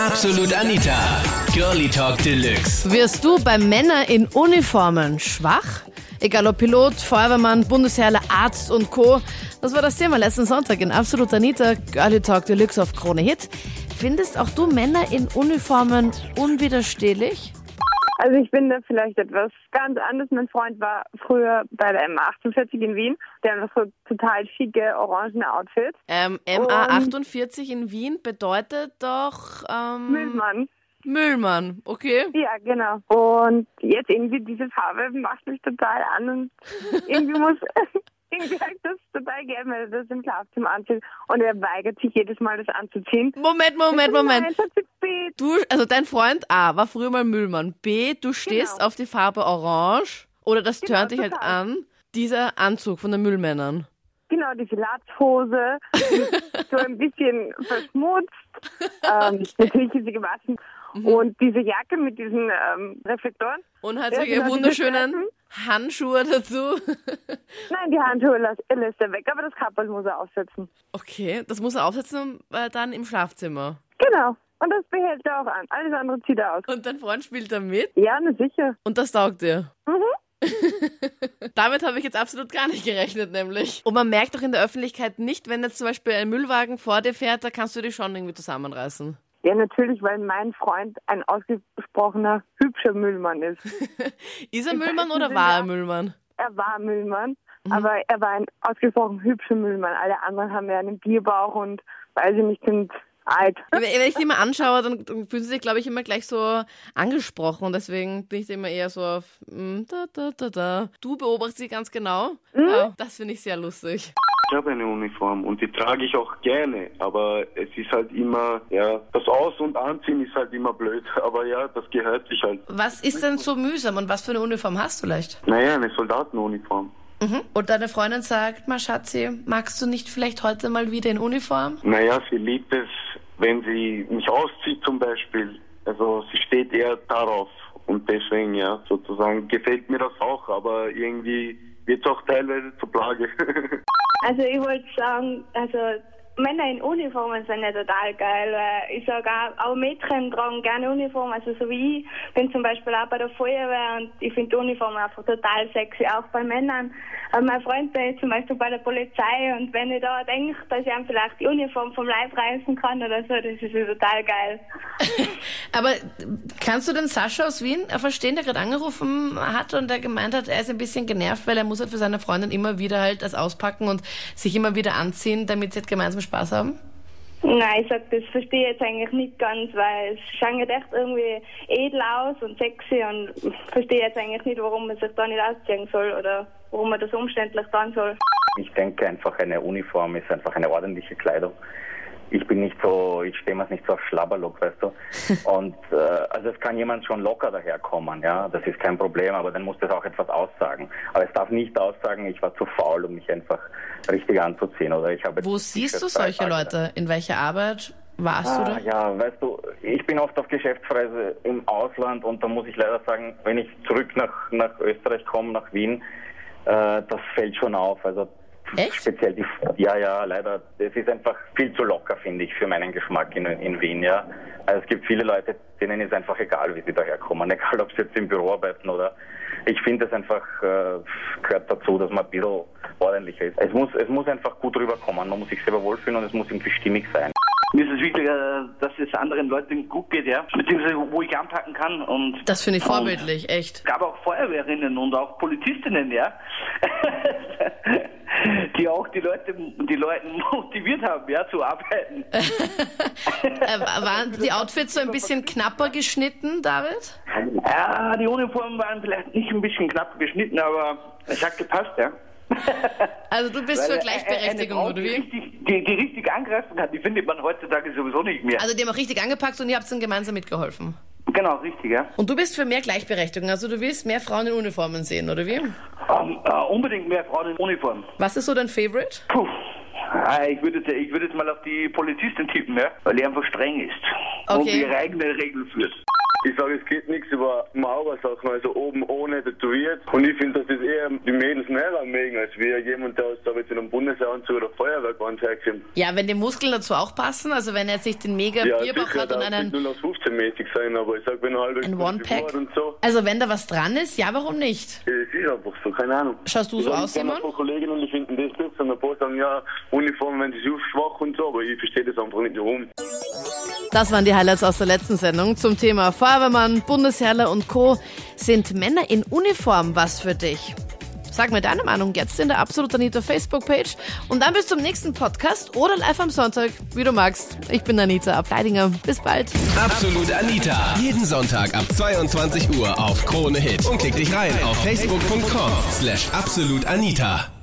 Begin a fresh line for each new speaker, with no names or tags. Absolut Anita. Girlie Talk Deluxe.
Wirst du bei Männern in Uniformen schwach? Egal ob Pilot, Feuerwehrmann, Bundesherrler, Arzt und Co. Das war das Thema letzten Sonntag in Absolut Anita, Girlie Talk Deluxe auf Krone Hit. Findest auch du Männer in Uniformen unwiderstehlich?
Also ich bin da vielleicht etwas ganz anderes. Mein Freund war früher bei der M48 in Wien. Der hat so total schicke orangene Outfits.
Ähm, MA48 in Wien bedeutet doch ähm,
Müllmann.
Müllmann, okay?
Ja, genau. Und jetzt irgendwie diese Farbe macht mich total an und irgendwie muss... Irgendwie hat das total gern, wenn er das im Schlafzimmer anzieht. Und er weigert sich jedes Mal, das anzuziehen.
Moment, Moment,
Nein,
Moment.
Schatzi, bitte.
Du, also dein Freund A war früher mal Müllmann. B, du stehst
Genau.
auf die Farbe Orange oder das
Genau,
tönt dich halt
total.
an. Dieser Anzug von den Müllmännern.
Genau, diese Latzhose, so ein bisschen verschmutzt, ähm, natürlich ist sie gewaschen. Und diese Jacke mit diesen ähm, Reflektoren.
Und hat
Ja,
solche
genau, diese
wunderschönen Handschuhe dazu.
Nein, die Handschuhe lässt, lässt er weg, aber das Kappel muss er aufsetzen.
Okay, das muss er aufsetzen äh, dann im Schlafzimmer.
Genau. Und das behält er auch an. Alles andere zieht er aus.
Und dein Freund spielt da mit
Ja, na sicher.
und das taugt dir.
Mhm.
Damit habe ich jetzt absolut gar nicht gerechnet, nämlich. Und man merkt doch in der Öffentlichkeit nicht, wenn jetzt zum Beispiel ein Müllwagen vor dir fährt, da kannst du dich schon irgendwie zusammenreißen.
Ja, natürlich, weil mein Freund ein ausgesprochener hübscher Müllmann ist.
Ist er
Im
Müllmann
weitesten
oder
Sinne
war er
ja.
Müllmann?
Er war Müllmann, aber er war ein ausgesprochen hübscher Müllmann. Alle anderen haben ja einen Bierbauch und weiß ich nicht, sind alt.
Wenn wenn ich die mal anschaue, dann dann fühlen sie sich, glaube ich, immer gleich so angesprochen. Und deswegen bin ich da immer eher so auf mm, da, da, da, da. Du beobachtest sie ganz genau. Ja, das finde ich sehr lustig.
Ich habe eine Uniform und die trage ich auch gerne, aber es ist halt immer, ja, das Aus- und Anziehen ist halt immer blöd, aber ja, das gehört sich halt.
Was ist denn so mühsam und was für eine Uniform hast du leicht?
Naja, eine Soldatenuniform.
Und deine Freundin sagt, mal Schatzi, magst du nicht vielleicht heute mal wieder in Uniform?
Naja, sie liebt es, wenn sie mich auszieht zum Beispiel. Also sie steht eher darauf und deswegen, ja, sozusagen gefällt mir das auch, aber irgendwie wird es auch teilweise zur Plage.
Also ich wollte sagen, also Männer in Uniformen sind ja total geil, weil ich sage auch, auch Mädchen tragen gerne Uniformen, also so wie ich bin zum Beispiel auch bei der Feuerwehr und ich finde Uniformen einfach total sexy, auch bei Männern. Aber mein Freund der ist zum Beispiel bei der Polizei und wenn ich da denke, dass ich ihm vielleicht die Uniform vom Leib reißen kann oder so, das ist ja total geil.
Aber kannst du den Sascha aus Wien äh, verstehen, der gerade angerufen hat und der gemeint hat, er ist ein bisschen genervt, weil er muss halt für seine Freundin immer wieder halt das auspacken und sich immer wieder anziehen, damit sie halt gemeinsam Spaß haben?
Nein, ich sag, das verstehe ich jetzt eigentlich nicht ganz, weil es schaut jetzt echt irgendwie edel aus und sexy und ich verstehe jetzt eigentlich nicht, warum man sich da nicht ausziehen soll oder warum man das umständlich tun soll.
Ich denke einfach, eine Uniform ist einfach eine ordentliche Kleidung. Ich bin nicht so, ich stehe mir nicht so auf Schlabberlock, weißt du. Und äh, also es kann jemand schon locker daherkommen, ja, das ist kein Problem, aber dann muss das auch etwas aussagen. Aber es darf nicht aussagen, ich war zu faul, um mich einfach richtig anzuziehen oder ich habe.
Wo
jetzt
siehst du
T-Shirt drei
solche
Tage.
Leute? In welcher Arbeit warst du
Ah,
da?
ja, weißt du, ich bin oft auf Geschäftsreise im Ausland und da muss ich leider sagen, wenn ich zurück nach, nach Österreich komme, nach Wien, äh, das fällt schon auf. Also
Echt?
speziell die Ja, ja, leider. Es ist einfach viel zu locker, finde ich, für meinen Geschmack in, in Wien, ja. Also es gibt viele Leute, denen ist einfach egal, wie sie daherkommen, egal ob sie jetzt im Büro arbeiten oder ich finde es einfach äh, gehört dazu, dass man ein bisschen ordentlicher ist. Es muss, es muss einfach gut rüberkommen, man muss sich selber wohlfühlen und es muss irgendwie stimmig sein.
Mir ist es wichtig, äh, dass es anderen Leuten gut geht, ja, beziehungsweise wo ich anpacken kann. Und
Das finde ich vorbildlich, echt.
Es gab auch Feuerwehrinnen und auch Polizistinnen, ja, die auch die Leute, die Leute motiviert haben, ja, zu arbeiten.
Äh, wa- waren die Outfits so ein bisschen knapper geschnitten, David?
Ja, die Uniformen waren vielleicht nicht ein bisschen knapp geschnitten, aber es hat gepasst, ja.
Also du bist für
Weil, äh,
Gleichberechtigung,
eine Frau,
oder
die
wie?
richtig, die, die richtig angreifen kann, die findet man heutzutage sowieso nicht mehr.
Also die haben auch richtig angepackt und ihr habt dann gemeinsam mitgeholfen.
genau, richtig, ja.
Und du bist für mehr Gleichberechtigung, also du willst mehr Frauen in Uniformen sehen, oder wie?
Ähm, äh, unbedingt mehr Frauen in Uniform.
Was ist so dein Favorite?
Puh. Ah, Ich würde, jetzt, ich würde jetzt mal auf die Polizistin tippen, ja? weil die einfach streng ist
Okay.
und ihre eigenen Regeln führt.
Ich sage, es geht nichts über Maurersachen, also oben ohne tätowiert. Und ich finde, dass das eher die Mädels mehr anmegen, als wir jemand, der aus sag ich jetzt in einem Bundesheeranzug oder Feuerwerkanzeig kommt.
Ja, wenn die Muskeln dazu auch passen, also wenn er jetzt nicht den mega
Ja,
Bierbauch
sicher,
hat und
darf nicht
einen
0 auf 15 mäßig sein, aber ich sag, wenn er halbwegs
ein
gut
One-Pack.
Figur hat und so.
Also wenn da was dran ist, ja, warum nicht?
Es ist einfach so, keine Ahnung.
Schaust du so aus,
Ich
Simon?
habe Kollegen und die finden das blöd und ein paar sagen, ja, Uniform, wenn sie sich schwach und so, aber ich verstehe das einfach nicht warum.
Das waren die Highlights aus der letzten Sendung zum Thema Feuerwehrmann, Bundesherrler und Co. Sind Männer in Uniform was für dich? Sag mir deine Meinung jetzt in der Absolut Anita Facebook-Page und dann bis zum nächsten Podcast oder live am Sonntag, wie du magst. Ich bin Anita Ableidinger. Bis bald.
Absolut Anita. Jeden Sonntag ab 22 Uhr auf Krone Hit. Und klick dich rein auf facebook.com slash absolutanita.